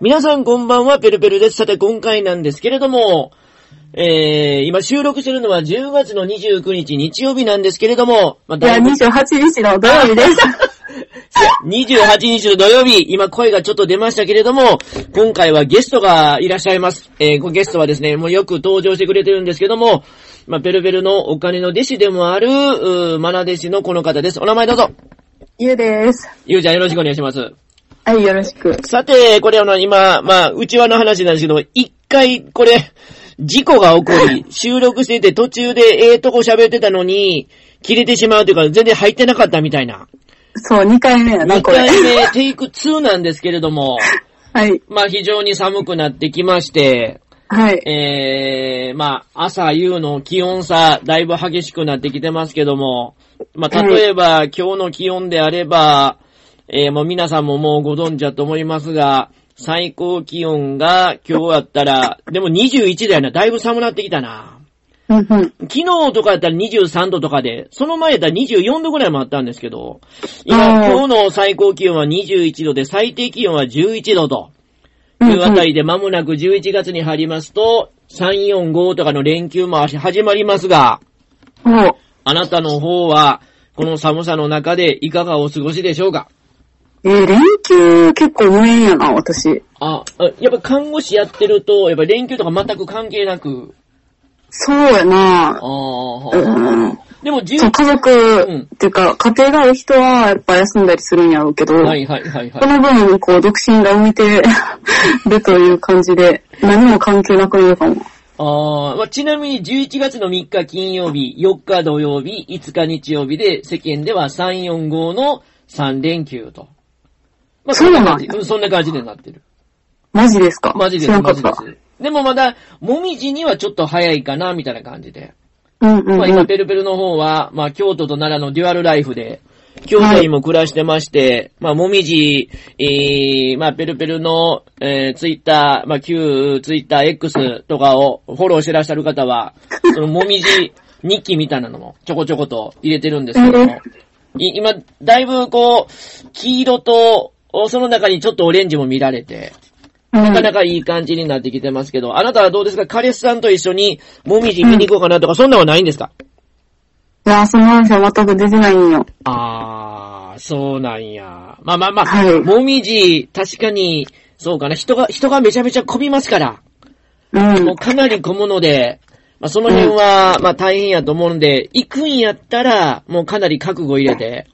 皆さんこんばんは、ペルペルです。さて、今回なんですけれども、えー、今収録してるのは10月の29日日曜日なんですけれども、まあ、いや、だいぶ28日の土曜日です。 28日の土曜日、今声がちょっと出ましたけれども、今回はゲストがいらっしゃいます。えー、こゲストはですね、もうよく登場してくれてるんですけども、まあ、ペルペルのお金の弟子でもある、うーマナ弟子のこの方です。お名前どうぞ。ゆうです。 ゆうちゃんよろしくお願いします。はい、よろしく。さて、これあの、今、まあ、内輪の話なんですけども、一回、これ、事故が起こり、 収録してて途中でええとこ喋ってたのに、切れてしまうというか、全然入ってなかったみたいな。そう、2回目やな、 2これ。回目、テイク2なんですけれど も、はい、まあ非常に寒くなってきまして、はい、えー、まあ朝夕の気温差、だいぶ激しくなってきてますけども、まあ例えば今日の気温であれば、えー、もう皆さんももうご存知だと思いますが、最高気温が今日やったら、でも21だよな、だいぶ寒なってきたな。うんうん。昨日とかやったら23度とかで、その前やったら24度ぐらいもあったんですけど、あ今、ー今日の最高気温は21度で、最低気温は11度と。うんいうあたうんりで間もなく11月に入りますと、3、4、5とかの連休も始まりますが、おあなたの方は、この寒さの中でいかがお過ごしでしょうかえー連休結構無縁やな、私。あ、あやっぱ看護師やってると、やっぱ連休とか全く関係なく、そうやなあ。ーうん。でもそう、 10、家ん族、っていうか、家庭がある人は、やっぱ休んだりするんやろうけど、はいはいはいこはの分、こう、独身が向いて るという感じで、何も関係なくなるかも。い。あーまあ、ちなみに11月の3日金曜日、4日土曜日、5日日曜日で、世間では3、4、5の3連休と。まあ、そんな感じそうなんやうんそんな感じになってる。マジですかマジで知らす、んかマっジでた。す。でもまだ、もみじにはちょっと早いかな、みたいな感じで。うんうん、まあう今、ん。ペルペルの方は、まあ京都と奈良のデュアルライフで、京都にも暮らしてまして、まあもみじ、えー、まあペルペルの、えー、ツイッター、まあ旧ツイッター X とかをフォローしてらっしゃる方 は、そのもみじ日記みたいなのもちょこちょこと入れてるんですけども、い今、だいぶこう、黄色と、その中にちょっとオレンジも見られて、なかなかいい感じになってきてますけど、あなたはどうですか彼氏さんと一緒に、もみじ見に行こうかなとか、そんなんはないんですかいや、その話は全く出てないんよ。あー、そうなんや。まあまあまあ、はいもみじ、確かに、そうかな、人が、人がめちゃめちゃ混みますから、うん。もうかなり混むので、まあその辺は、まあ大変やと思うんで、行くんやったら、もうかなり覚悟入れて、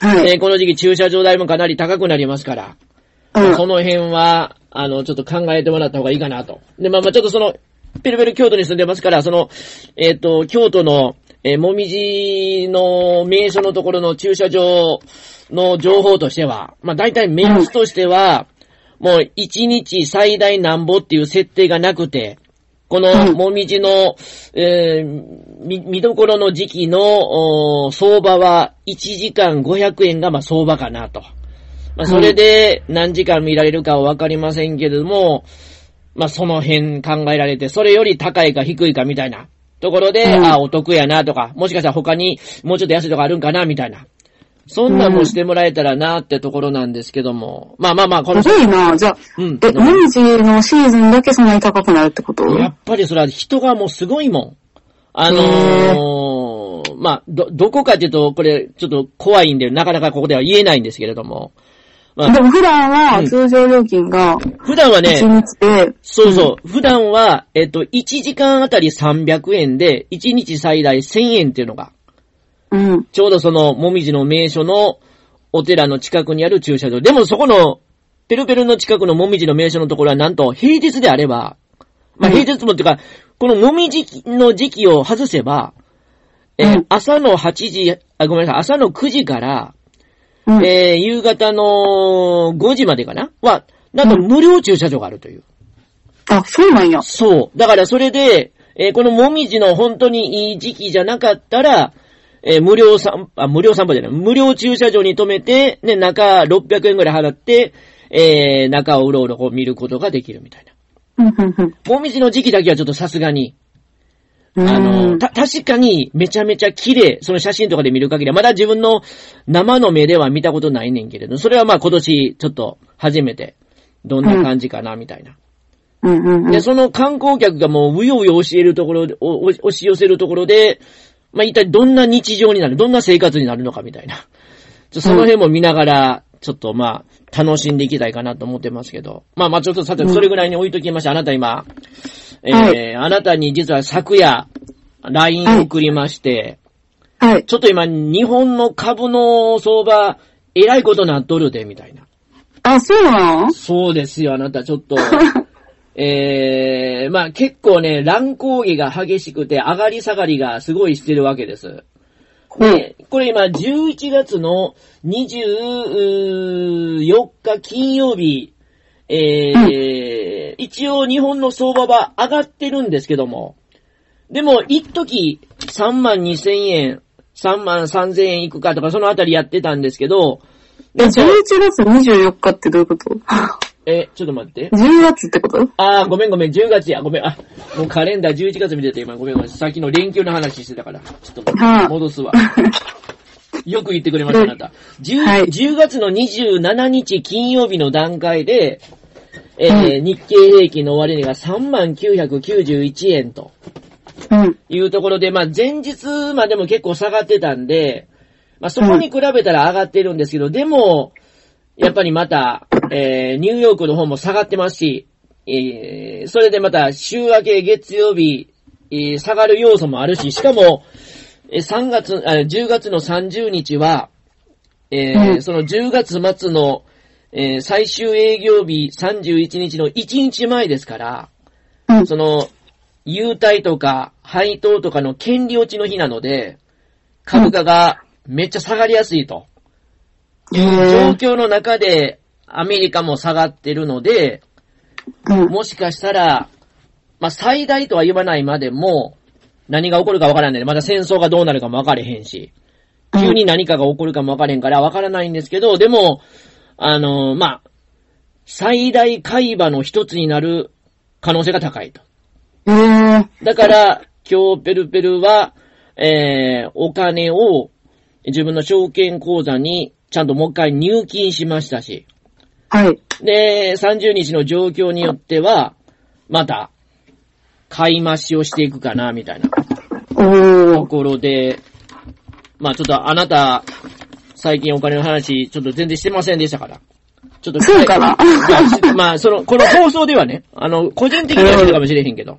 はい。えーこの時期駐車場代もかなり高くなりますから、うん。その辺は、あの、ちょっと考えてもらった方がいいかなと。で、まあまあちょっとその、ペルペル京都に住んでますから、その、えっ、と、京都の、えーもみじの名所のところの駐車場の情報としては、まあ大体目安としては、もう1日最大なんぼっていう設定がなくて、こうの、んもみじの、えーみ、見どころの時期の、おー相場は、1時間500円が、まあ、相場かなと。まあ、それで、何時間見られるかはわかりませんけれども、まあ、その辺考えられて、それより高いか低いかみたいなところで、うんあ、お得やなとか、もしかしたら他にもうちょっと安いとかあるんかなみたいな。そんなんもしてもらえたらなってところなんですけども。まあまあまあ、このす、ごいな。じゃあ、うんえ、もみじのシーズンだけそんなに高くなるってことやっぱりそれは人がもうすごいもん。あのー、まあ、ど、どこかっていうと、これ、ちょっと怖いんで、なかなかここでは言えないんですけれども。まあで、も普段うはん通常料金が普段はね1、日で、そうそう、普段は、えっと、1時間あたり300円で、1日最大1000円っていうのが、うん。ちょうどその、もみじの名所のお寺の近くにある駐車場。でもそこの、ペルペルの近くのもみじの名所のところはなんと平日であれば、まあうん平日もっていうか、このもみじの時期を外せば、えーうん朝の8時、あ、ごめんなさい、朝の9時から、うん。えー夕方の5時までかなは、なんとうん無料駐車場があるという。あ、そうなんや。そう。だからそれで、えーこのもみじの本当にいい時期じゃなかったら、えー無料散あ、無料散歩じゃない、無料駐車場に止めて、ね、中600円ぐらい払って、えー中をうろうろこう見ることができるみたいな。うん、うん、うん。もみじの時期だけはちょっとさすがに、うあーの、んた、確かにめちゃめちゃ綺麗、その写真とかで見る限りは、まだ自分の生の目では見たことないねんけれど、それはまあ今年ちょっと初めてどんな感じかな、みたいな。うんうんうん。で、その観光客がもう、うようよ教えるところで、おお押し寄せるところで、まあ、一体どんな日常になる、どんな生活になるのかみたいな。ちょその辺も見ながら、ちょっとまあ、楽しんでいきたいかなと思ってますけど。まあまあ、ちょっとさて、それぐらいに置いときまして、あなた今、えーはいあなたに実は昨夜、LINE 送りまして、はい。ちょっと今、日本の株の相場、えらいことなっとるで、みたいな。あ、そうなのそうですよ、あなた、ちょっと。えー、まあ結構ね、乱高下が激しくて、上がり下がりがすごいしてるわけです。で、これ今、11月の24日金曜日、えー、一応日本の相場は上がってるんですけども、でも、一時3万2千円、3万3千円いくかとか、そのあたりやってたんですけど、え、11月24日ってどういうこと え、ちょっと待って。 ?10 月ってことあー、ごめんごめん、10月や、ごめん、あ、もうカレンダー11月見てて、今、ごめんごめん、さっきの連休の話してたから、ちょっとはい戻す わ。よく言ってくれました、あなた。10, はい10月の27日金曜日の段階で、えー日経平均の終値が3991円とうん。いうところで、まあ前日までも結構下がってたんで、まあそこに比べたら上がってるんですけど、でも、やっぱりまた、えー、ニューヨークの方も下がってますし、えー、それでまた週明け月曜日、えー、下がる要素もあるし、しかも、えー3月、あ10月の30日は、えーうんその10月末の、えー最終営業日31日の1日前ですから、うん。その、優待とか配当とかの権利落ちの日なので、株価がめっちゃ下がりやすいと。へ状ぇ況の中でアメリカも下がってるので、うん。もしかしたら、まあ、最大とは言わないまでも、何が起こるかわからない。まだ戦争がどうなるかもわかれへんし、急に何かが起こるかもわかれへんからわからないんですけど、でも、あの、まあ、最大会話の一つになる可能性が高いと。へぇだから、今日ペルペルは、えー、お金を自分の証券口座にちゃんともう一回入金しましたし、はい。で、30日の状況によっては、また、買い増しをしていくかな、みたいなおとー。ころで、まあちょっとあなた、最近お金の話、ちょっと全然してませんでしたから。ちょっと、そうか まなあしまあ、その、この放送ではね、あの、個人的にはしてるかもしれへんけど。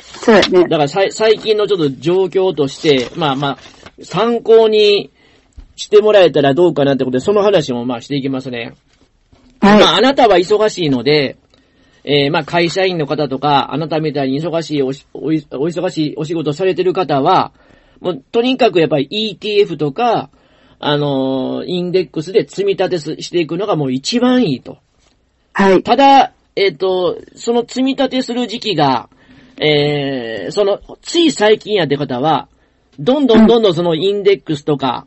そうやね。だからさい最近のちょっと状況として、まあまあ、参考にしてもらえたらどうかなってことで、その話もまあしていきますね。まあはあなたは忙しいので、えーまあ会社員の方とか、あなたみたいに忙しいおしおいお忙しいお仕事されてる方は、もうとにかくやっぱり ETF とか、あのーインデックスで積み立てすしていくのがもう一番いいと。い。はい。ただ、えっ、と、その積み立てする時期が、えー、その、つい最近やって方は、どんどんどんどんそのインデックスとか、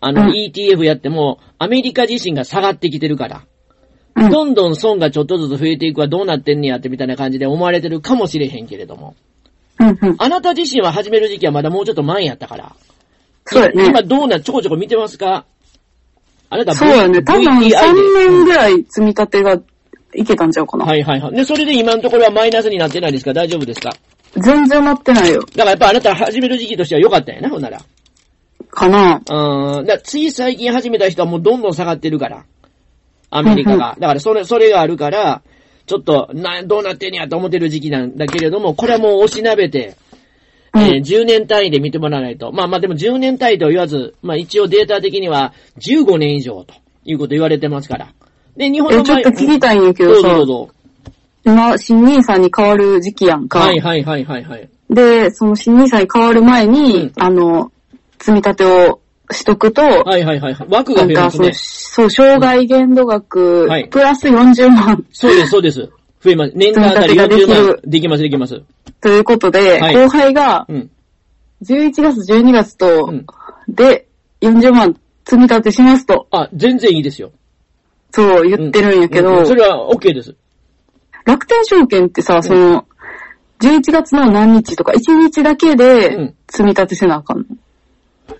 あうの、ん ETF やっても、アメリカ自身が下がってきてるから、うん。どんどん損がちょっとずつ増えていくはどうなってんねやってみたいな感じで思われてるかもしれへんけれども、うんうん。あなた自身は始める時期はまだもうちょっと前やったから、そうやね今。どうな、ちょこちょこ見てますかあなたそうやね。多分 VTI で3年ぐらい積み立てがいけたんちゃうかな。はいはいはい。で、それで今のところはマイナスになってないですか大丈夫ですか全然なってないよ。だからやっぱあなた始める時期としては良かったんやな、ほんなら。かなうーん。だからつい最近始めた人はもうどんどん下がってるから。アメリカが。だからそれ、それがあるから、ちょっと、な、どうなってんねやと思ってる時期なんだけれども、これはもう押しなべて、うんえー10年単位で見てもらわないと。まあまあでも10年単位とは言わず、まあ一応データ的には15年以上ということ言われてますから。で、日本え、のちょっと聞きたいんやけどうどぞどさう、ぞ。今、新兄さんに変わる時期やんか。はいはいはいはいはい。で、その新兄さんに変わる前に、うんあの、積み立てをしとくと、はいはいはいはい。枠がなん増えまかすそねう、。そう、障害限度額、はいプラス40万そうです、そうです。増えます。年間あたり積み立40てができ万る。できます、できます。ということで、はい後輩がうん。 11月、12月と、うんで、40万積み立てしますと、あ、全然いいですよ。そう言ってるんやけど、うんそれは OK です。楽天証券ってさ、その、11月の何日とか、1日だけうんで積み立てせなあかんの。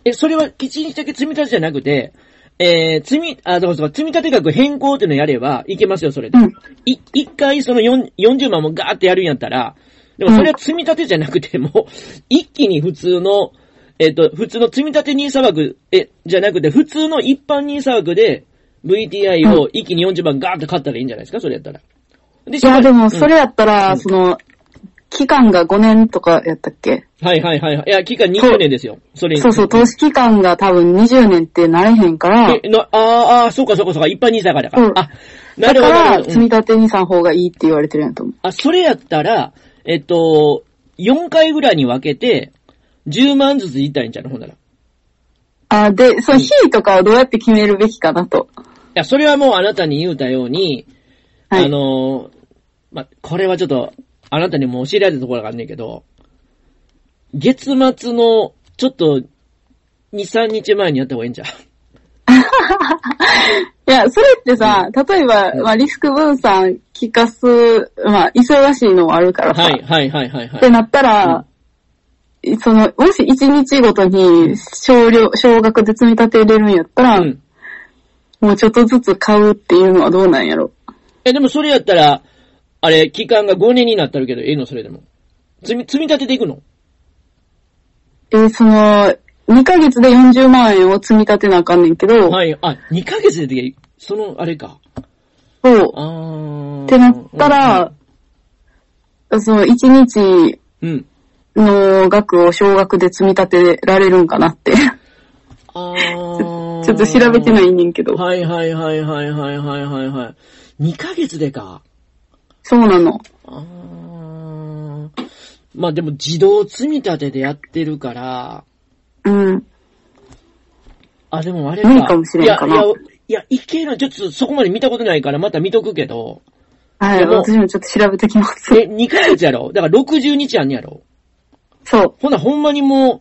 え、それは1日だけ積み立てじゃなくて、えー、積み、あ、そうそう、積み立て額変更っていうのやれば、いけますよ、それでうん。い、一回その4 40万もガーってやるんやったら、でもそれは積み立てじゃなくても、 一気に普通の、えっ、と、普通の積み立て NISA 枠、え、じゃなくて、普通の一般 NISA 枠で、VTI を一気に40万ガーって買ったらいいんじゃないですか、それやったら。でいや、でも、それ、うんやったら、その、期間が5年とかやったっけはいはいはいはい。いや、期間20年ですよ。それそうそう、投資期間が多分20年ってなれへんから、え、な、あーあー、そうかそうかそうか、一般 NISA からか。うんあ、なだるかほどならる、ほど。積うんみ立て NISA の方がいいって言われてるんやと思う。あ、それやったら、えっと、4回ぐらいに分けて、10万ずつ言いたいんちゃうのほんなら。いあ、で、その日とかはどうやって決めるべきかなと。や、それはもうあなたに言うたように、はい。あのー、ま、これはちょっと、あなたにも教えられたところがあんねんけど、月末の、ちょっと、2、3日前にやった方がいいんじゃう いや、それってさ、例えば、まあ、リスク分散聞かす、まあ、忙しいのもあるからさ、はい、はい、はい、はい、っはてい。なったら、その、もし1日ごとに少量、少額で積み立て入れるんやったら、うん。もうちょっとずつ買うっていうのはどうなんやろ。え、でもそれやったら、あれ、期間が5年になったるけど、ええのそれでも。積み、積み立てていくのえーその、2ヶ月で40万円を積み立てなあかんねんけど、はい。あ、2ヶ月でできる、その、あれか。そう。あーってなったら、、その、1日うん。うんの額を少額で積み立てられるんかなって。あ ちょっと調べてないいねんけど。はいはいはいはいはいはいはいはい。2ヶ月でか。そうなの。あーまあでも自動積み立てでやってるから、うん。あ、でもあれか。無理かもしれんかないや、いや、いや、いけない。ちょっとそこまで見たことないからまた見とくけど、はいでい、も私もちょっと調べてきます。 え、2ヶ月やろだから60日あんねやろそう。ほな、ほんまにもう、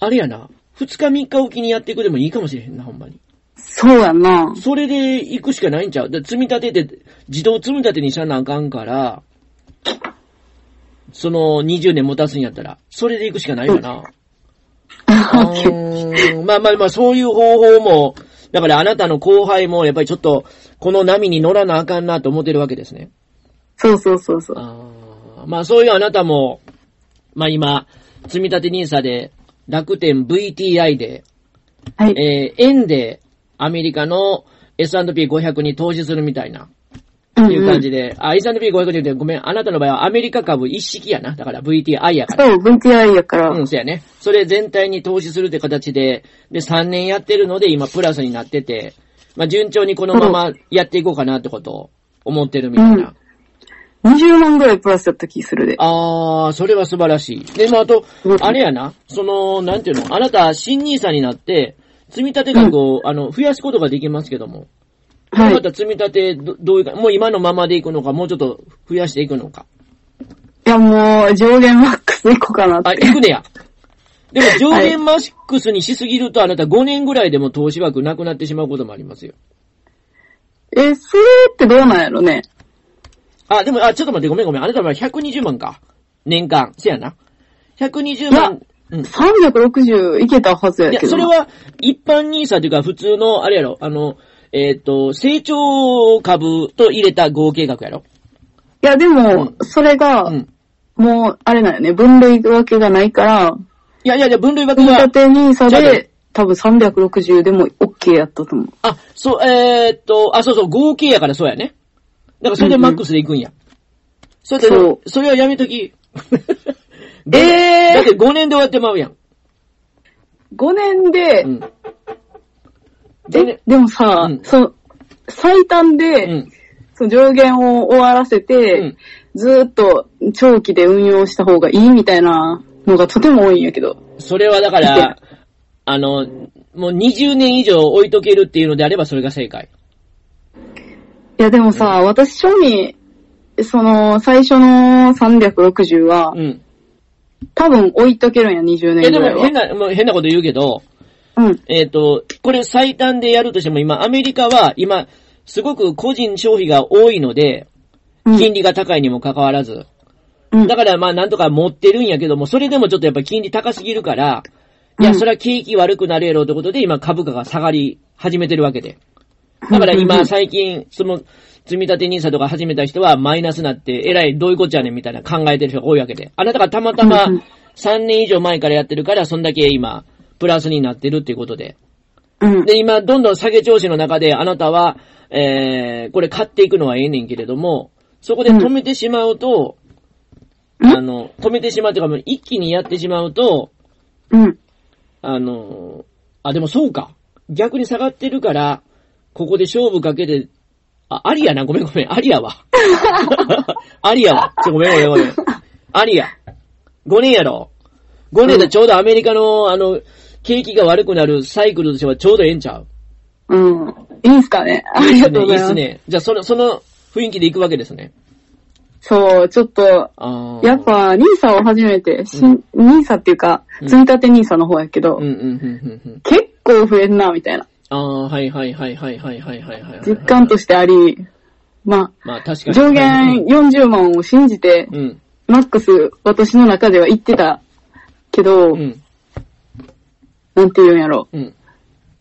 あれやな。二日三日おきにやっていくでもいいかもしれへんな、ほんまに。そうやんな。それで行くしかないんちゃうだ積み立てて、自動積み立てにしゃなあかんから、その20年持たすんやったら、それで行くしかないかな。うーんまあまあまあ、そういう方法も、だからあなたの後輩もやっぱりちょっと、この波に乗らなあかんなと思ってるわけですね。そうそうそうそう。あーまあそういうあなたも、まあ今、積み立て NISA で、楽天 VTI で、はい。えー円でアメリカの S&P500 に投資するみたいな、うんいうう感んじで、あ、S&P500 ってごめん、あなたの場合はアメリカ株一式やな。だから VTI やから。そう、VTI やから。うん、そうやね。それ全体に投資するって形で、で、3年やってるので今プラスになってて、まあ順調にこのままやっていこうかなってことを思ってるみたいな。うん20万ぐらいプラスだった気するで。あー、それは素晴らしい。で、まあ、あとう、んあれやな、その、なんていうの、あなた、新ニーサになって、積み立て額を、あの、増やすことができますけども、まはい。た積み立てど、どういうか、もう今のままでいくのか、もうちょっと増やしていくのか。いや、もう、上限マックスでいこうかなあ、っいて。くねや。でも、上限マックスにしすぎると、あなた5年ぐらいでも投資枠なくなってしまうこともありますよ。え、それってどうなんやろね。あ、でも、あ、ちょっと待って、ごめんごめん。あなたは120万か。年間。せやな。120いや万。うん。 360いけたはずやいけや、ど。それ。は、一般 NISA というか、普通の、あれやろ、あの、えっ、と、成長株と入れた合計額やろ。いや、でも、うそれが、うん。もう、あれなんよね。分類分けがないから、いやいやいや、分類分組けみは立、て NISA じゃあねで、多分360でも OK やったと思う。あ、そう、えっ、と、あ、そうそう、合計やからそうやね。だからそれでマックスでいくんや。それでそうそれはやめと き。ええだって5年で終わってまうやん。 5年で、うん。5年え、でもさ、うんその、最短で、うん。その上限を終わらせて、うんずーっと長期で運用した方がいいみたいなのがとても多いんやけど。それはだから、あの、もう20年以上置いとけるっていうのであればそれが正解。いやでもさ、私正味、その、最初の360は、うん。多分置いとけるんや、20え、年でぐらいもは変。な、もう変なこと言うけど、うん。えっ、と、これ最短でやるとしても今、アメリカは今、すごく個人消費が多いので、うん金利が高いにもかかわらず。うんだからまあなんとか持ってるんやけども、それでもちょっとやっぱ金利高すぎるから、いや、うんそれは景気悪くなれろってことで今株価が下がり始めてるわけで。だから今、最近、その、積み立て NISA とか始めた人はマイナスなって、えらいどういうこっちゃねんみたいな考えてる人が多いわけで。あなたがたまたまうんうん3年以上前からやってるから、そんだけ今、プラスになってるっていうことで。う ん。で、今、どんどん下げ調子の中で、あなたは、えー、これ買っていくのはええねんけれども、そこで止めてしまうと、うんあの、止めてしまうというか、もう一気にやってしまうと、うん。あの、あ、でもそうか。逆に下がってるから、ここで勝負かけて、あ、アリやな、ごめんごめん、アリや わ。アリやわ。ちょ、ごめんごめんごめん。アリや。5年やろ。5年でちょうどアメリカの、あの、景気が悪くなるサイクルとしてはちょうどええんちゃううん。いいんすかねありがとうございまいいす。っすね。じゃあ、その、その雰囲気で行くわけですね。そう、ちょっと、あーやっ、ぱ、ニーサを初めて、しん、ニーサっていうか、うん積み立てニーサの方やけど、うんうんうんうんうん。結構増えんな、みたいな。ああ、はいはいはいはいはいはいはいはい。実感としてあり、ままあ確かあ、に。上限40万を信じて、うん。マックス、私の中では言ってたけど、うん。なんて言うんやろ。うん。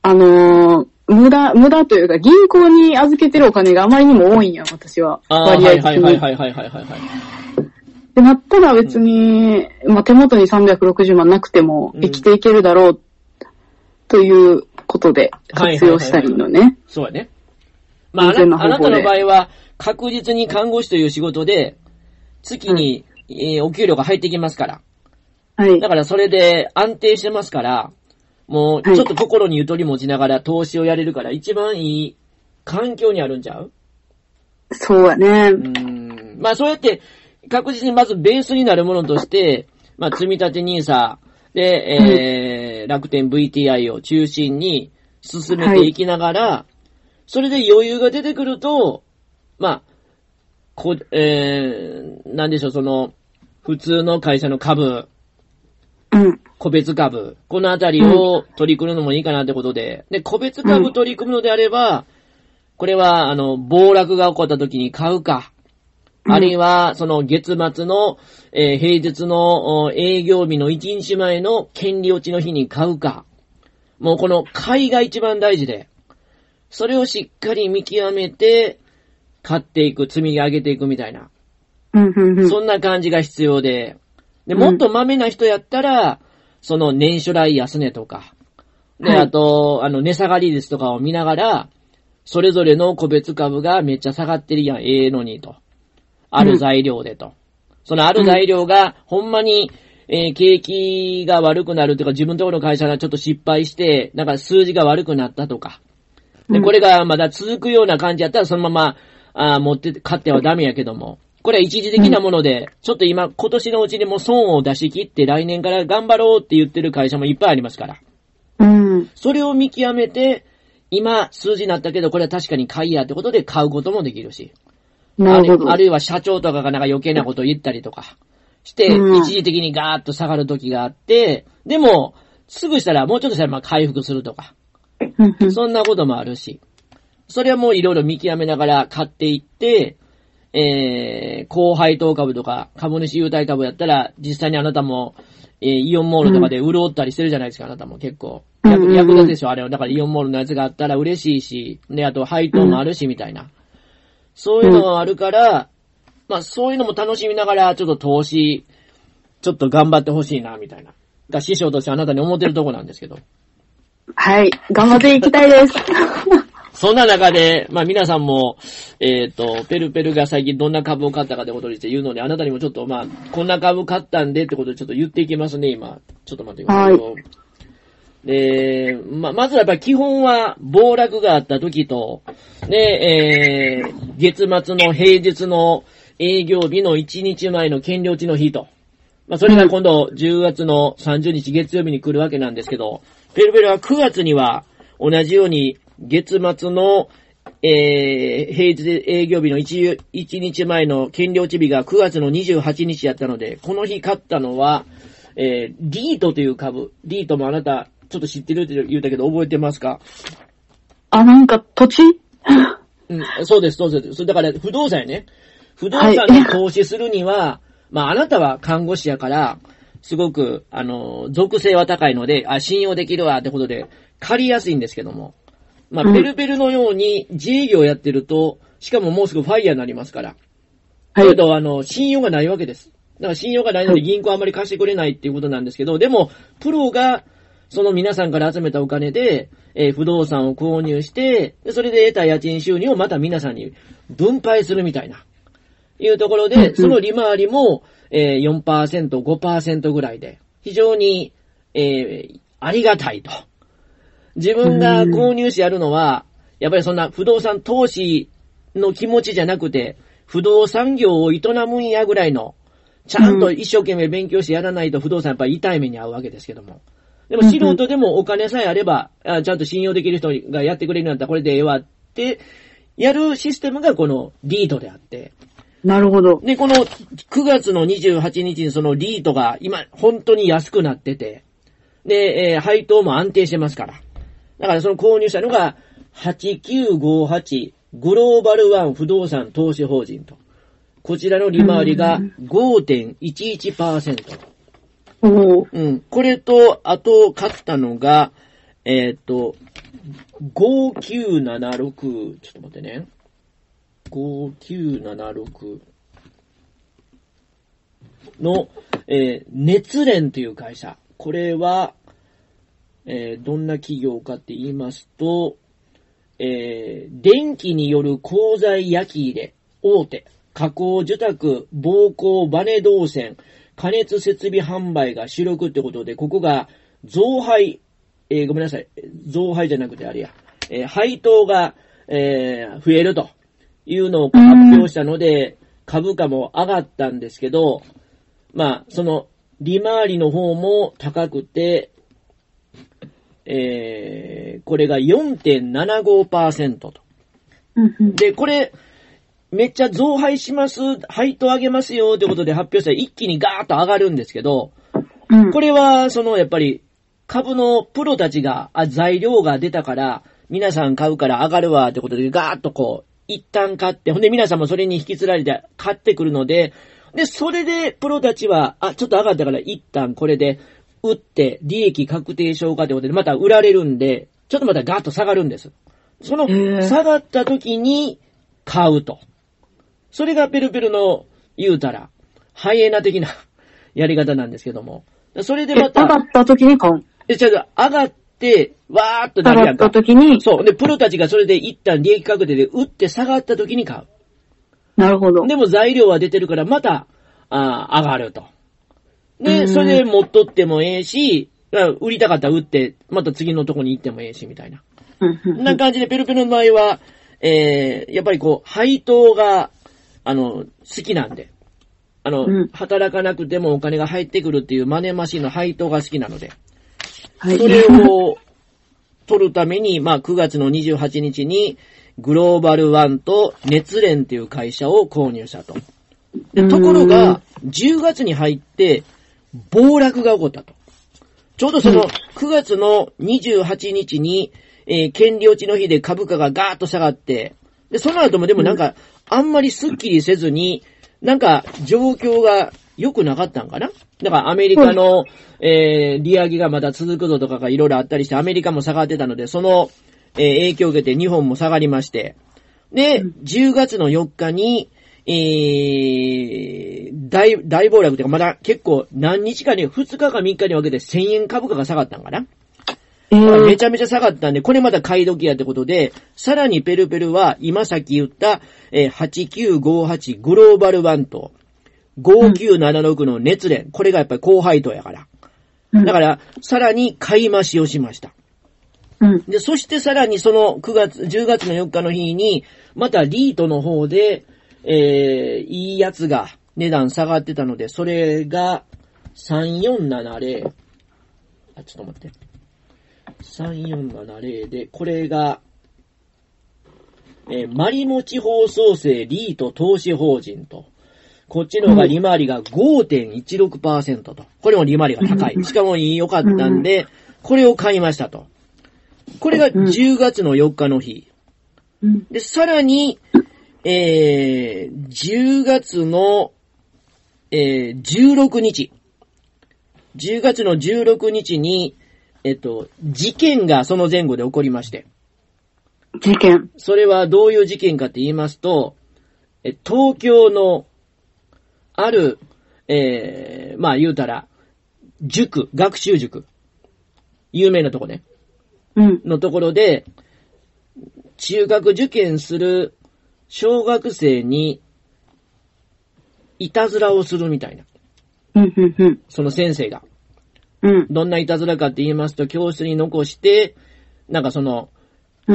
あのー、無駄、無駄というか、銀行に預けてるお金があまりにも多いんや、私は。ああ、はい割合的はいに。はいはいはいはいはいはい。で、なったら別に、まあ、手元に360万なくてもうん生きていけるだろう、ということではいはいはい活用したいのね。そうやね。まああ安全な、なあ方な法たので場合は、確実に看護師という仕事で、月に、えーお給料が入ってきますから。はいだ。からそれで安定してますから、もうちょっと心にゆとり持ちながら投資をやれるから、一番いい環境にあるんちゃうそうやね。うーんまあそうやって、確実にまずベースになるものとして、まあ積み立て NISA で、えー楽天 VTI を中心に進めていきながら、それで余裕が出てくると、まあ、こ、えー、なんでしょう、その、普通の会社の株、うん。個別株、このあたりを取り組むのもいいかなってことで、で、個別株取り組むのであれば、これは、あの、暴落が起こった時に買うか、うんあるいは、その月末の、えー平日のお営業日の1日前の権利落ちの日に買うか、もうこの買いが一番大事で、それをしっかり見極めて、買っていく、積み上げていくみたいな。うん、うん、うん。そんな感じが必要で。で、うんもっとマメな人やったら、その年初来安値とか、で、はいあと、あの、値下がり率とかを見ながら、それぞれの個別株がめっちゃ下がってるやん、ええのにと。ある材料でと。そのある材料が、ほんまに、えー景気が悪くなるというか、自分のところの会社がちょっと失敗して、なんか数字が悪くなったとか。うで、んこれがまだ続くような感じやったら、そのまま、あー持って、買ってはダメやけども。これは一時的なもので、ちょっと今、今年のうちにもう損を出し切って、来年から頑張ろうって言ってる会社もいっぱいありますから。うん。それを見極めて、今、数字になったけど、これは確かに買いやってことで買うこともできるし。なるほど。あるあるいは社長とかがなんか余計なことを言ったりとかして、うん一時的にガーッと下がる時があって、でも、すぐしたら、もうちょっとしたらまあ回復するとか、うん うんそんなこともあるし、それはもういろいろ見極めながら買っていって、えー、高配当株とか、株主優待株やったら、実際にあなたも、えー、イオンモールとかで潤ったりしてるじゃないですか、あなたも結構。うんうん役うん役立つでしょ、あれは。だからイオンモールのやつがあったら嬉しいし、で、あと配当もあるし、みたいな。そういうのがあるから、まあそういうのも楽しみながら、ちょっと投資、ちょっと頑張ってほしいな、みたいな。が師匠としてあなたに思ってるとこなんですけど。はい。頑張っていきた いです。そんな中で、まあ皆さんも、えっ、と、ペルペルが最近どんな株を買ったかってことにして言うので、あなたにもちょっとまあ、こんな株買ったんでってことでちょっと言っていきますね、今。ちょっと待ってくださいよ。で、まあ、まずはやっぱり基本は暴落があった時と、で、えー、月末の平日の営業日の1日前の権利落ちの日と。まあ、それが今度10月の30日月曜日に来るわけなんですけど、ペルペルは9月には同じように月末の、えー、平日営業日の 1, 1日前の権利落ち日が9月の28日やったので、この日買ったのは、えー、リートという株。リートもあなた、ちょっと知ってるって言うたけど、覚えてますかあ、なんか土 地うん、そうです、そうです。それだから、不動産やね。不動産に投資するには、 まあ、あなたは看護師やから、すごく、あの、属性は高いので、あ、信用できるわってことで、借りやすいんですけども。まうあ、んペルペルのように自営業やってると、しかももうすぐファイヤーになりますから。はけい。ど、あの、信用がないわけです。だから信用がないのはでい銀行あまり貸してくれないっていうことなんですけど、でも、プロが、その皆さんから集めたお金で、えー不動産を購入して、でそれで得た家賃収入をまた皆さんに分配するみたいな、いうところうんうで、んその利回りも、えー、4%、5%ぐらいで、非常に、えーありがたいと。自分が購入してやるのは、やっぱりそんな不動産投資の気持ちじゃなくて、不動産業を営むんやぐらいの、ちゃんと一生懸命勉強してやらないと不動産やっぱり痛い目に遭うわけですけども。でも素人でもお金さえあれば、あちゃんと信用できる人がやってくれるんだったらこれでええわって、やるシステムがこのリートであって。なるほど。で、この9月の28日にそのリートが今本当に安くなってて、で、えー配当も安定してますから。だからその購入したのが8958グローバルワン不動産投資法人と。こちらの利回りが5.11%。おお。うん。これと、あと、買ったのが、えーっ、と、5976、ちょっと待ってね。5976の、えー熱連という会社。これは、えーどんな企業かって言いますと、えー電気による鋼材焼き入れ、大手、加工受託、暴行、バネ動線、加熱設備販売が主力ってことで、ここが増配、えーごめんなさい、増配じゃなくてあれや、えー配当が、えー増えるというのを発表したので、株価も上がったんですけど、まあ、その、利回りの方も高くて、えーこれが4.75%と。うんうんで、これ、めっちゃ増配します、配当上げますよってことで発表したら一気にガーッと上がるんですけど、うんこれは、その、やっぱり、株のプロたちが、あ、材料が出たから、皆さん買うから上がるわってことで、ガーッとこう、一旦買って、ほんで皆さんもそれに引きつられて買ってくるので、で、それでプロたちは、あ、ちょっと上がったから一旦これで、売って、利益確定消化ってことで、また売られるんで、ちょっとまたガーッと下がるんです。そのへ、ー下がった時に、買うと。それがペルペルの、言うたら、ハイエナ的な やり方なんですけども。それでえ、ま上た、がった時に買うん。え、ちょっと上がって、わーっとな上るがやっんかた。時に、そう。で、プロたちがそれで一旦利益確定で打って下がった時に買う。なるほど。でも材料は出てるからまた、あー上がると。うで、んそれで持っとってもええし、まあ売りたかったら売って、また次のとこに行ってもええし、みたいな。うんうんうんな感じで、ペルペルの場合は、えー、やっぱりこう、配当が、あの、好きなんで。あの、うん働かなくてもお金が入ってくるっていうマネーマシンの配当が好きなので。はい。それを取るために、まあ9月の28日に、グローバルワンと熱連っていう会社を購入したと。でところが、10月に入って、暴落が起こったと。ちょうどそのうん9月の28日に、えー、権利落ちの日で株価がガーッと下がって、で、その後もでもなんか、あんまりスッキリせずに、なんか、状況が良くなかったんかなだからアメリカの、えー、利上げがまだ続くぞとかがいろいろあったりして、アメリカも下がってたので、その、えー影響を受けて日本も下がりまして、で、10月の4日に、えー、大、大暴落というか、まだ結構何日かに、2日か3日に分けて1000円株価が下がったんかな、うん、えーめちゃめちゃ下がったんで、これまた買い時やってことで、さらにペルペルは今さっき言った、えー8958グローバルワンと、5976の熱連、これがやっぱり高配当やから。うんだから、さらに買い増しをしました。うん。で、そしてさらにその9月、10月の4日の日に、またリートの方で、えー、いいやつが値段下がってたので、それが3470、あ、ちょっと待って。3470で、これが、えー、マリモ地方創生リート投資法人と。こっちの方が利回りが5.16%と。これも利回りが高い。しかも良かったんで、これを買いましたと。これが10月の4日の日。うん。で、さらに、えー、10月の、えー、16日。10月の16日に、えっと、事件がその前後で起こりまして。事件。それはどういう事件かって言いますと、え東京の、ある、えー、まあ言うたら、塾、学習塾、有名なとこね、うん。のところで、中学受験する小学生に、いたずらをするみたいな、うん、うん、うん。その先生が。うん。どんないたずらかって言いますと、教室に残して、なんかその、うん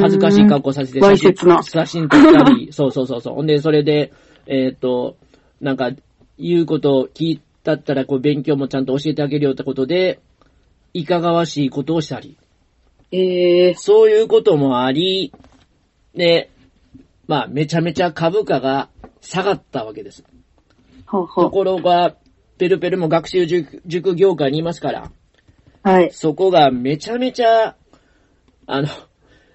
恥ずかしい格好させて、わ写いせ真つな。写真撮ったり、 そうそうそうそう。ほんで、それで、えーっ、と、なんか、言うことを聞いたったら、こう、勉強もちゃんと教えてあげるよってことで、いかがわしいことをしたり、ええそういうこともあり、で、まあ、めちゃめちゃ株価が下がったわけです。ほうほとう。ころが、ペルペルも学習塾塾業界にいますから、はい。そこがめちゃめちゃ、あの、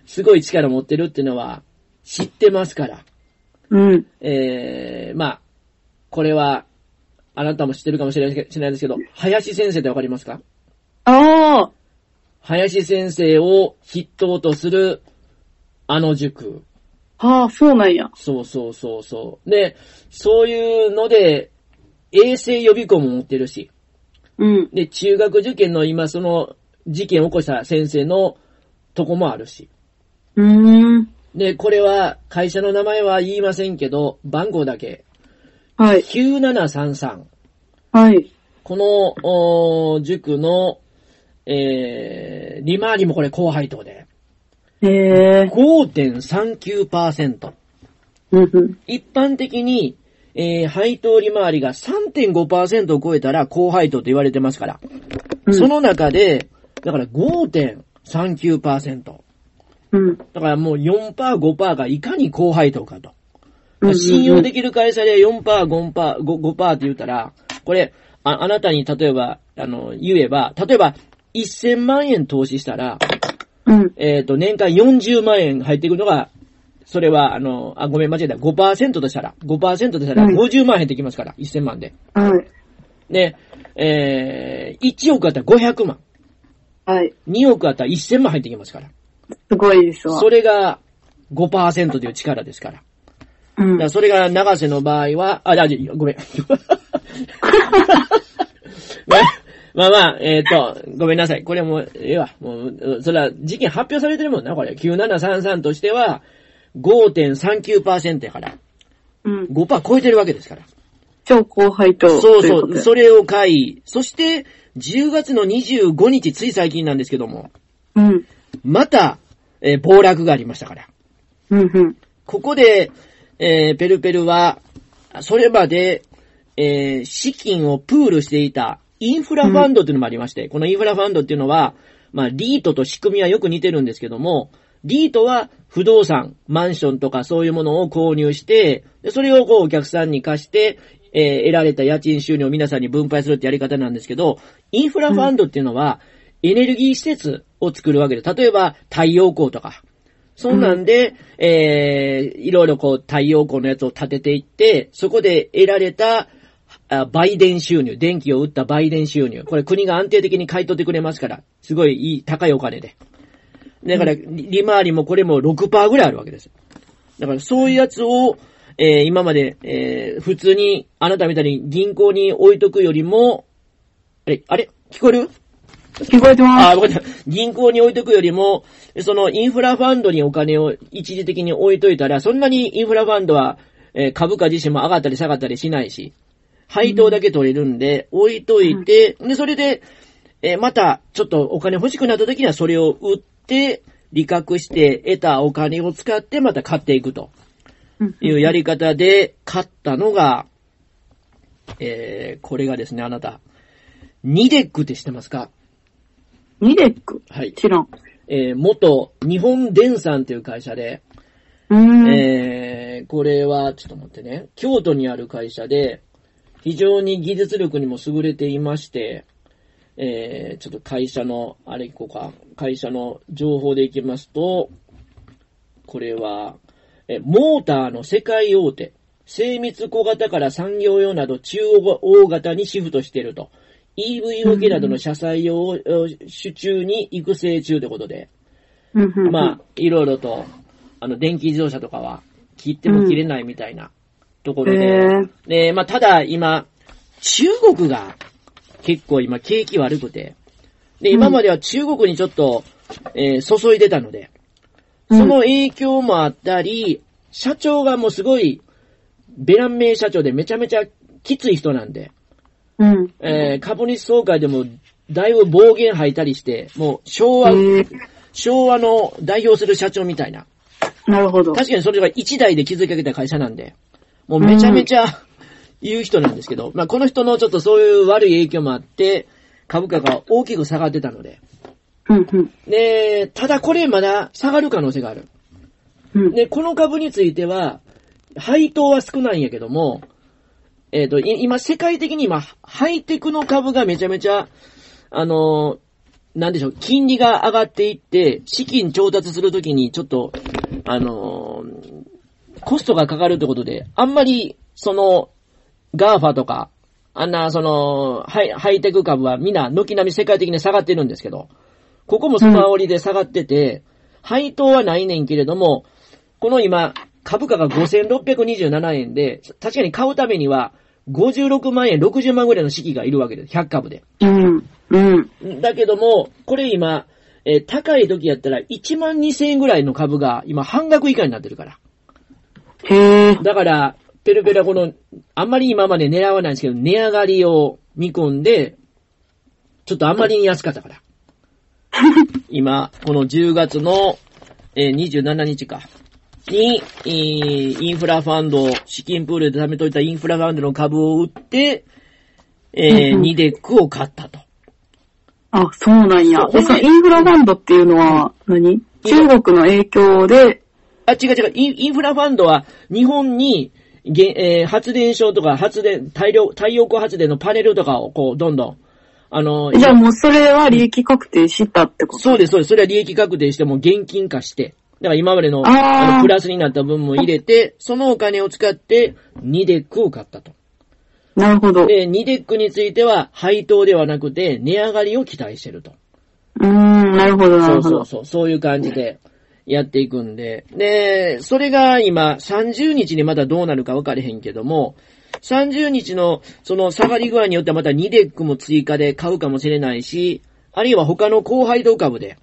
すごい力持ってるっていうのは知ってますから。うん。えー、まあ、これは、あなたも知ってるかもしれないですけ知らないですけど、林先生ってわかりますかああ林先生を筆頭とする、あの塾。ああ、そうなんや。そうそうそうそう。で、そういうので、衛生予備校も持ってるし、うん。で、中学受験の今その事件を起こした先生のとこもあるし、うーん。で、これは、会社の名前は言いませんけど、番号だけ。はい。 9733。はい。この、おー塾の、えー、利回りもこれ高配当で。ええ5.39%。うん、うん。一般的に、えー、配当利回りが3.5%を超えたら高配当と言われてますから。うんその中で、だから5.39%。うん。だからもう4%、5%がいかに高配当かと。うん信用できる会社で4%、5%、5%, 5って言ったら、これ、あ、あなたに例えば、あの、言えば、例えば、1000万円投資したら、うん。えっ、と、年間40万円入ってくるのが、それは、あの、あ、ごめん、間違えた。5%としたら、5%としたら、うん50万円入ってきますから、1000万で。はい。で、えー、1億あったら500万、はい。 2億あったら1000万入ってきますから。すごいですわ。それが5%という力ですから。うだ んか。らそれが長瀬の場合は、あ、あ、じゃごめん。 まあまあまあ、えっ、と、ごめんなさい。これもう、ええわ。もう、うそれは事件発表されてるもんな、これ。9733としては、5.39%やから。うん。 5%超えてるわけですから。超高配当。そうそ。ということでそれを買い、そして、10月の25日、つい最近なんですけども、うん。また、えー暴落がありましたから。うん、うん。ここで、えーペルペルは、それまで、えー資金をプールしていたインフラファンドというのもありまして、このインフラファンドっていうのは、まあ、リートと仕組みはよく似てるんですけども、リートは不動産、マンションとかそういうものを購入して、でそれをこうお客さんに貸して、えー得られた家賃収入を皆さんに分配するってやり方なんですけど、インフラファンドっていうのは、エネルギー施設を作るわけで、例えば太陽光とか、そんなんで、えー、いろいろこう太陽光のやつを立てていって、そこで得られた、あ売電収入、電気を売った売電収入。これ国が安定的に買い取ってくれますから、すごいいい、高いお金で。だから、利利回りもこれも6%ぐらいあるわけです。だからそういうやつを、えー今まで、えー普通に、あなたみたいに銀行に置いとくよりも、あれ、あれ聞こえる聞こえてまあ、す。わかった。銀行に置いとくよりも、そのインフラファンドにお金を一時的に置いといたら、そんなにインフラファンドは、えー株価自身も上がったり下がったりしないし、配当だけ取れるんで、置いといて、で、それで、えーまた、ちょっとお金欲しくなった時にはそれを売って、利確して得たお金を使ってまた買っていくとうんいうやり方で買ったのが、えー、これがですね、あなた、ニデックって知ってますかニデック。はい。知らん。えー元日本電産という会社で、うーん。えーこれは、ちょっと待ってね、京都にある会社で、非常に技術力にも優れていまして、えーちょっと会社の、あれいこうか、会社の情報でいきますと、これは、えモーターの世界大手、精密小型から産業用など中大型にシフトしていると。EV 向けなどの車載用を手中に育成中ということで、 うんうんうんまあ、いろいろと、あの、電気自動車とかは、切っても切れないみたいなところで。へーで、まあ、ただ今、中国が結構今景気悪くて、で、うん今までは中国にちょっと、えー注いでたので、うんその影響もあったり、社長がもうすごい、ベラン名社長でめちゃめちゃきつい人なんで、うん。えー株主総会でもだいぶ暴言吐いたりして、もう昭和、へえ昭和の代表する社長みたいな。なるほど。確かにそれが一代で築き上げた会社なんで、もうめちゃめちゃ言う人なんですけど、まあこの人のちょっとそういう悪い影響もあって、株価が大きく下がってたので。うん、うん。で、ただこれまだ下がる可能性がある。うん。で、この株については、配当は少ないんやけども、えっ、と、い今世界的に今、ハイテクの株がめちゃめちゃ、あのーなんでしょう、金利が上がっていって、資金調達するときにちょっと、あのーコストがかかるってことで、あんまり、その、ガーファとか、あんな、その、ハイ、ハイテク株はみんな、軒並み世界的に下がってるんですけど、ここもスパ折りで下がってて、配当はないねんけれども、この今、株価が5627円で、確かに買うためには、56万円、60万ぐらいの資金がいるわけです。100株で。うん。うん。だけども、これ今、えー高い時やったら1万2000円ぐらいの株が今半額以下になってるから。へえ。だから、ペルペルはこの、あんまり今まで狙わないんですけど、値上がりを見込んで、ちょっとあんまりに安かったから。今、この10月の、えー27日か。に、えーインフラファンド、資金プールで貯めといたインフラファンドの株を売って、えーうんうんニデックを買ったと。あ、そうなんやそう。え、そのインフラファンドっていうのは何、中国の影響で、あ、違う違う。インインフラファンドは日本に、げえー発電所とか発電、大量、太陽光発電のパネルとかをこう、どんどん、あの、じゃあもうそれは利益確定したってことそうです、そうです。それは利益確定しても現金化して、だから今までのあーあのプラスになった分も入れて、そのお金を使って、ニデックを買ったと。なるほど。うで、ニデックについては配当ではなくて、値上がりを期待してると。ーん、なるほど、なそるうそほうど。そう、そういう感じでやっていくんで。で、それが今、30日にまだどうなるか分かれへんけども、30日のその下がり具合によってはまたニデックも追加で買うかもしれないし、あるいは他の高配当株で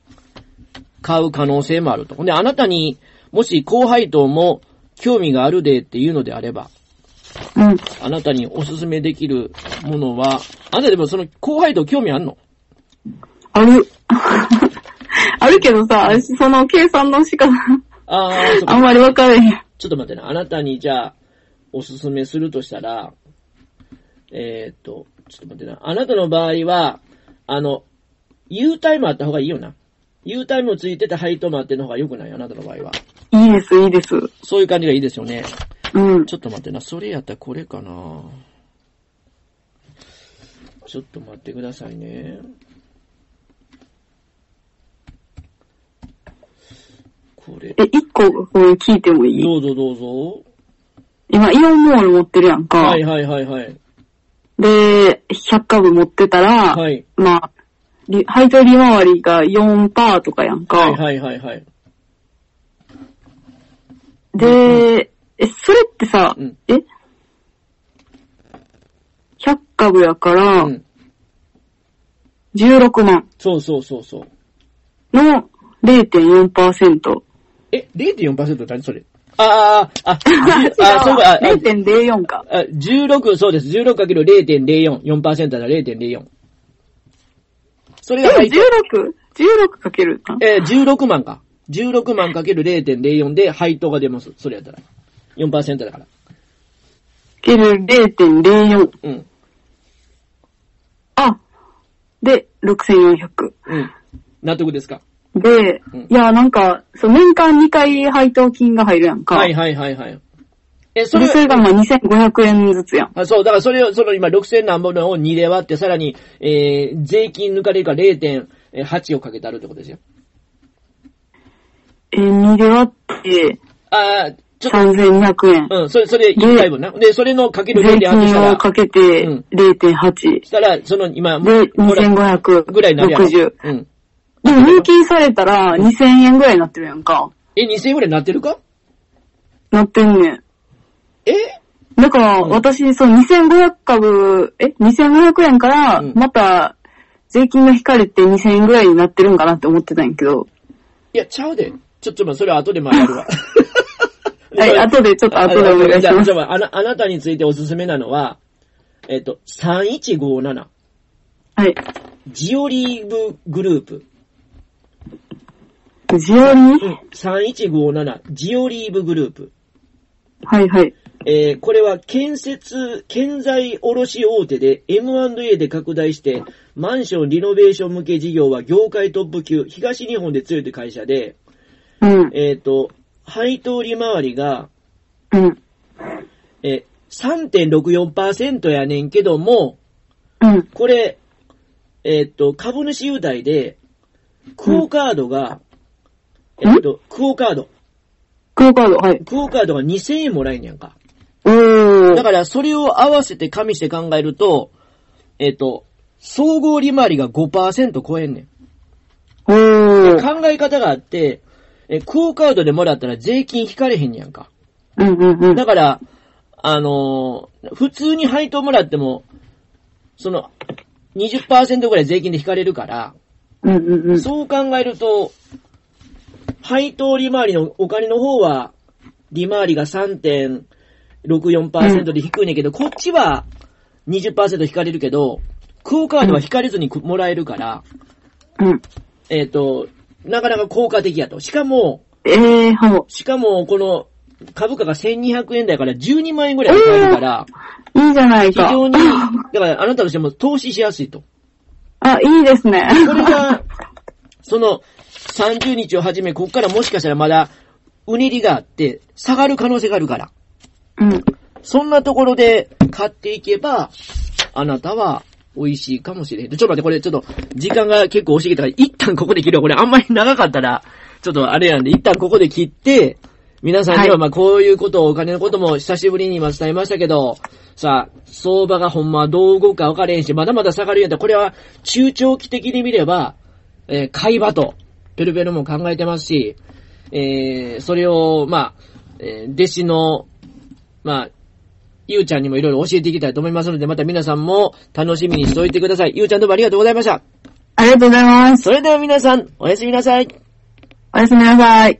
買う可能性もあると。ほんで、あなたにもし高配当も興味があるでっていうのであれば、うん。あなたにおすすめできるものは、あなたでもその高配当興味あんのある。 あるけどさ、私その計算の仕方、ああ、そっかあんまり分かれへん。ちょっと待ってね。あなたにじゃあ、おすすめするとしたら、えーっと、ちょっと待ってな。あなたの場合は、あの、U タイムあった方がいいよな。U タイムついてて配当もあっての方が良くないあなたの場合は。いいです、いいです。そういう感じがいいですよね。うん。ちょっと待ってな。それやったらこれかな。ちょっと待ってくださいね。これ。え、一個これ聞いてもいいどうぞどうぞ。今、イオンモール持ってるやんか。はいはいはいはい。で、100株持ってたら、はい。まあ、り配当利回りが4%とかやんはか。いはいはいはい。で、え、それってさ、うんえ ?100 株やからう、ん。 16万そうそうそうそう。の0.4%。え、0.4%って何それあーあー、あ、 あ、そうか、あ、あ0.04か。あ16、そうです。16×0.04。4%だから0.04。それでがも配当、 16、16かけるな。えー、16万か。16万 ×0.04 で配当が出ます。それやったら。4%だから。ける0.04。うん。あ、で、6400。うん。納得ですかで、うんいや、なんか、そう、年間2回配当金が入るやんか。はいはいはいはい。え、そそれれ、それがまあ2500円ずつやん。あそう、だからそれを、その今6000何本のを2で割って、さらに、えー、税金抜かれるから0.8をかけてあるってことですよ。えー、2で割ってあー、ちょっと、 3200円。うん、それ、それ、1回分な。で、それのかける税0.8した金をら、かしけてうん0.8。たら、その、今、もで、う、ほら、 2560。ぐらいになるやろ。 60うん。でも入金されたら2000円ぐらいになってるやんか。え、2000円ぐらいなってるかなってんねん。えだから、うん私、そう、2500株、え、2500円から、うんまた、税金が引かれて2000円ぐらいになってるんかなって思ってたんやけど、いや、ちゃうで。ちょ、ちょ、まあ、それは後でまあやるわ。 はい、後で、ちょっと後でお願いしあまじゃ。すああな、あなたについておすすめなのは、えっと、3157、はい。ジオリーブグループ。ジオリうん、3157、ジオリーブグループ。はいはい。えーこれは建設、建材卸大手で M&A で拡大して、マンションリノベーション向け事業は業界トップ級、東日本で強いという会社で、うん。えっ、と、配当利回りが、うん。えー、3.64%やねんけども、うん。これ、えっ、と、株主優待で、クオカードが、うんえっ、と、クオカード。クオカード、はい。クオカードが2000円もらえんねやんか。おー。だから、それを合わせて加味して考えると、えっ、と、総合利回りが5%超えんねん。おー。考え方があって、え、クオカードでもらったら税金引かれへんねやんか。うんうんうん。だから、あのー普通に配当もらっても、その、20%ぐらい税金で引かれるから、うんうんうん。そう考えると、配当利回りのお金の方は、利回りが3.64%で低いねんけど、こっちは20%引かれるけど、クオカードは引かれずにくもらえるから、うん。えっ、と、なかなか効果的やと。しかも、えー、はしかも、この、株価が1200円台から12万円ぐらいで買えるから、い。いいじゃない非か。常に、だからあなたとしても投資しやすいと。 あ、いいですね。これが、その、30日をはじめ、こっからもしかしたらまだ、うねりがあって、下がる可能性があるから。 うん。そんなところで買っていけば、あなたは美味しいかもしれへん。ちょっと待って、これちょっと、時間が結構惜しげたから、一旦ここで切るわ。これあんまり長かったら、ちょっとあれなんで、一旦ここで切って、皆さんにはは、いまあこういうことを、お金のことも久しぶりに今伝えましたけど、さあ、相場がほんまどう動くか分かれへんし、まだまだ下がるやんだこれは中長期的に見れば、えー、買い場と、ペルペルも考えてますし、えー、それを、まあ、えー弟子の、まあ、ゆうちゃんにもいろいろ教えていきたいと思いますので、また皆さんも楽しみにしておいてください。ゆうちゃんどうもありがとうございました。ありがとうございます。それでは皆さん、おやすみなさい。おやすみなさい。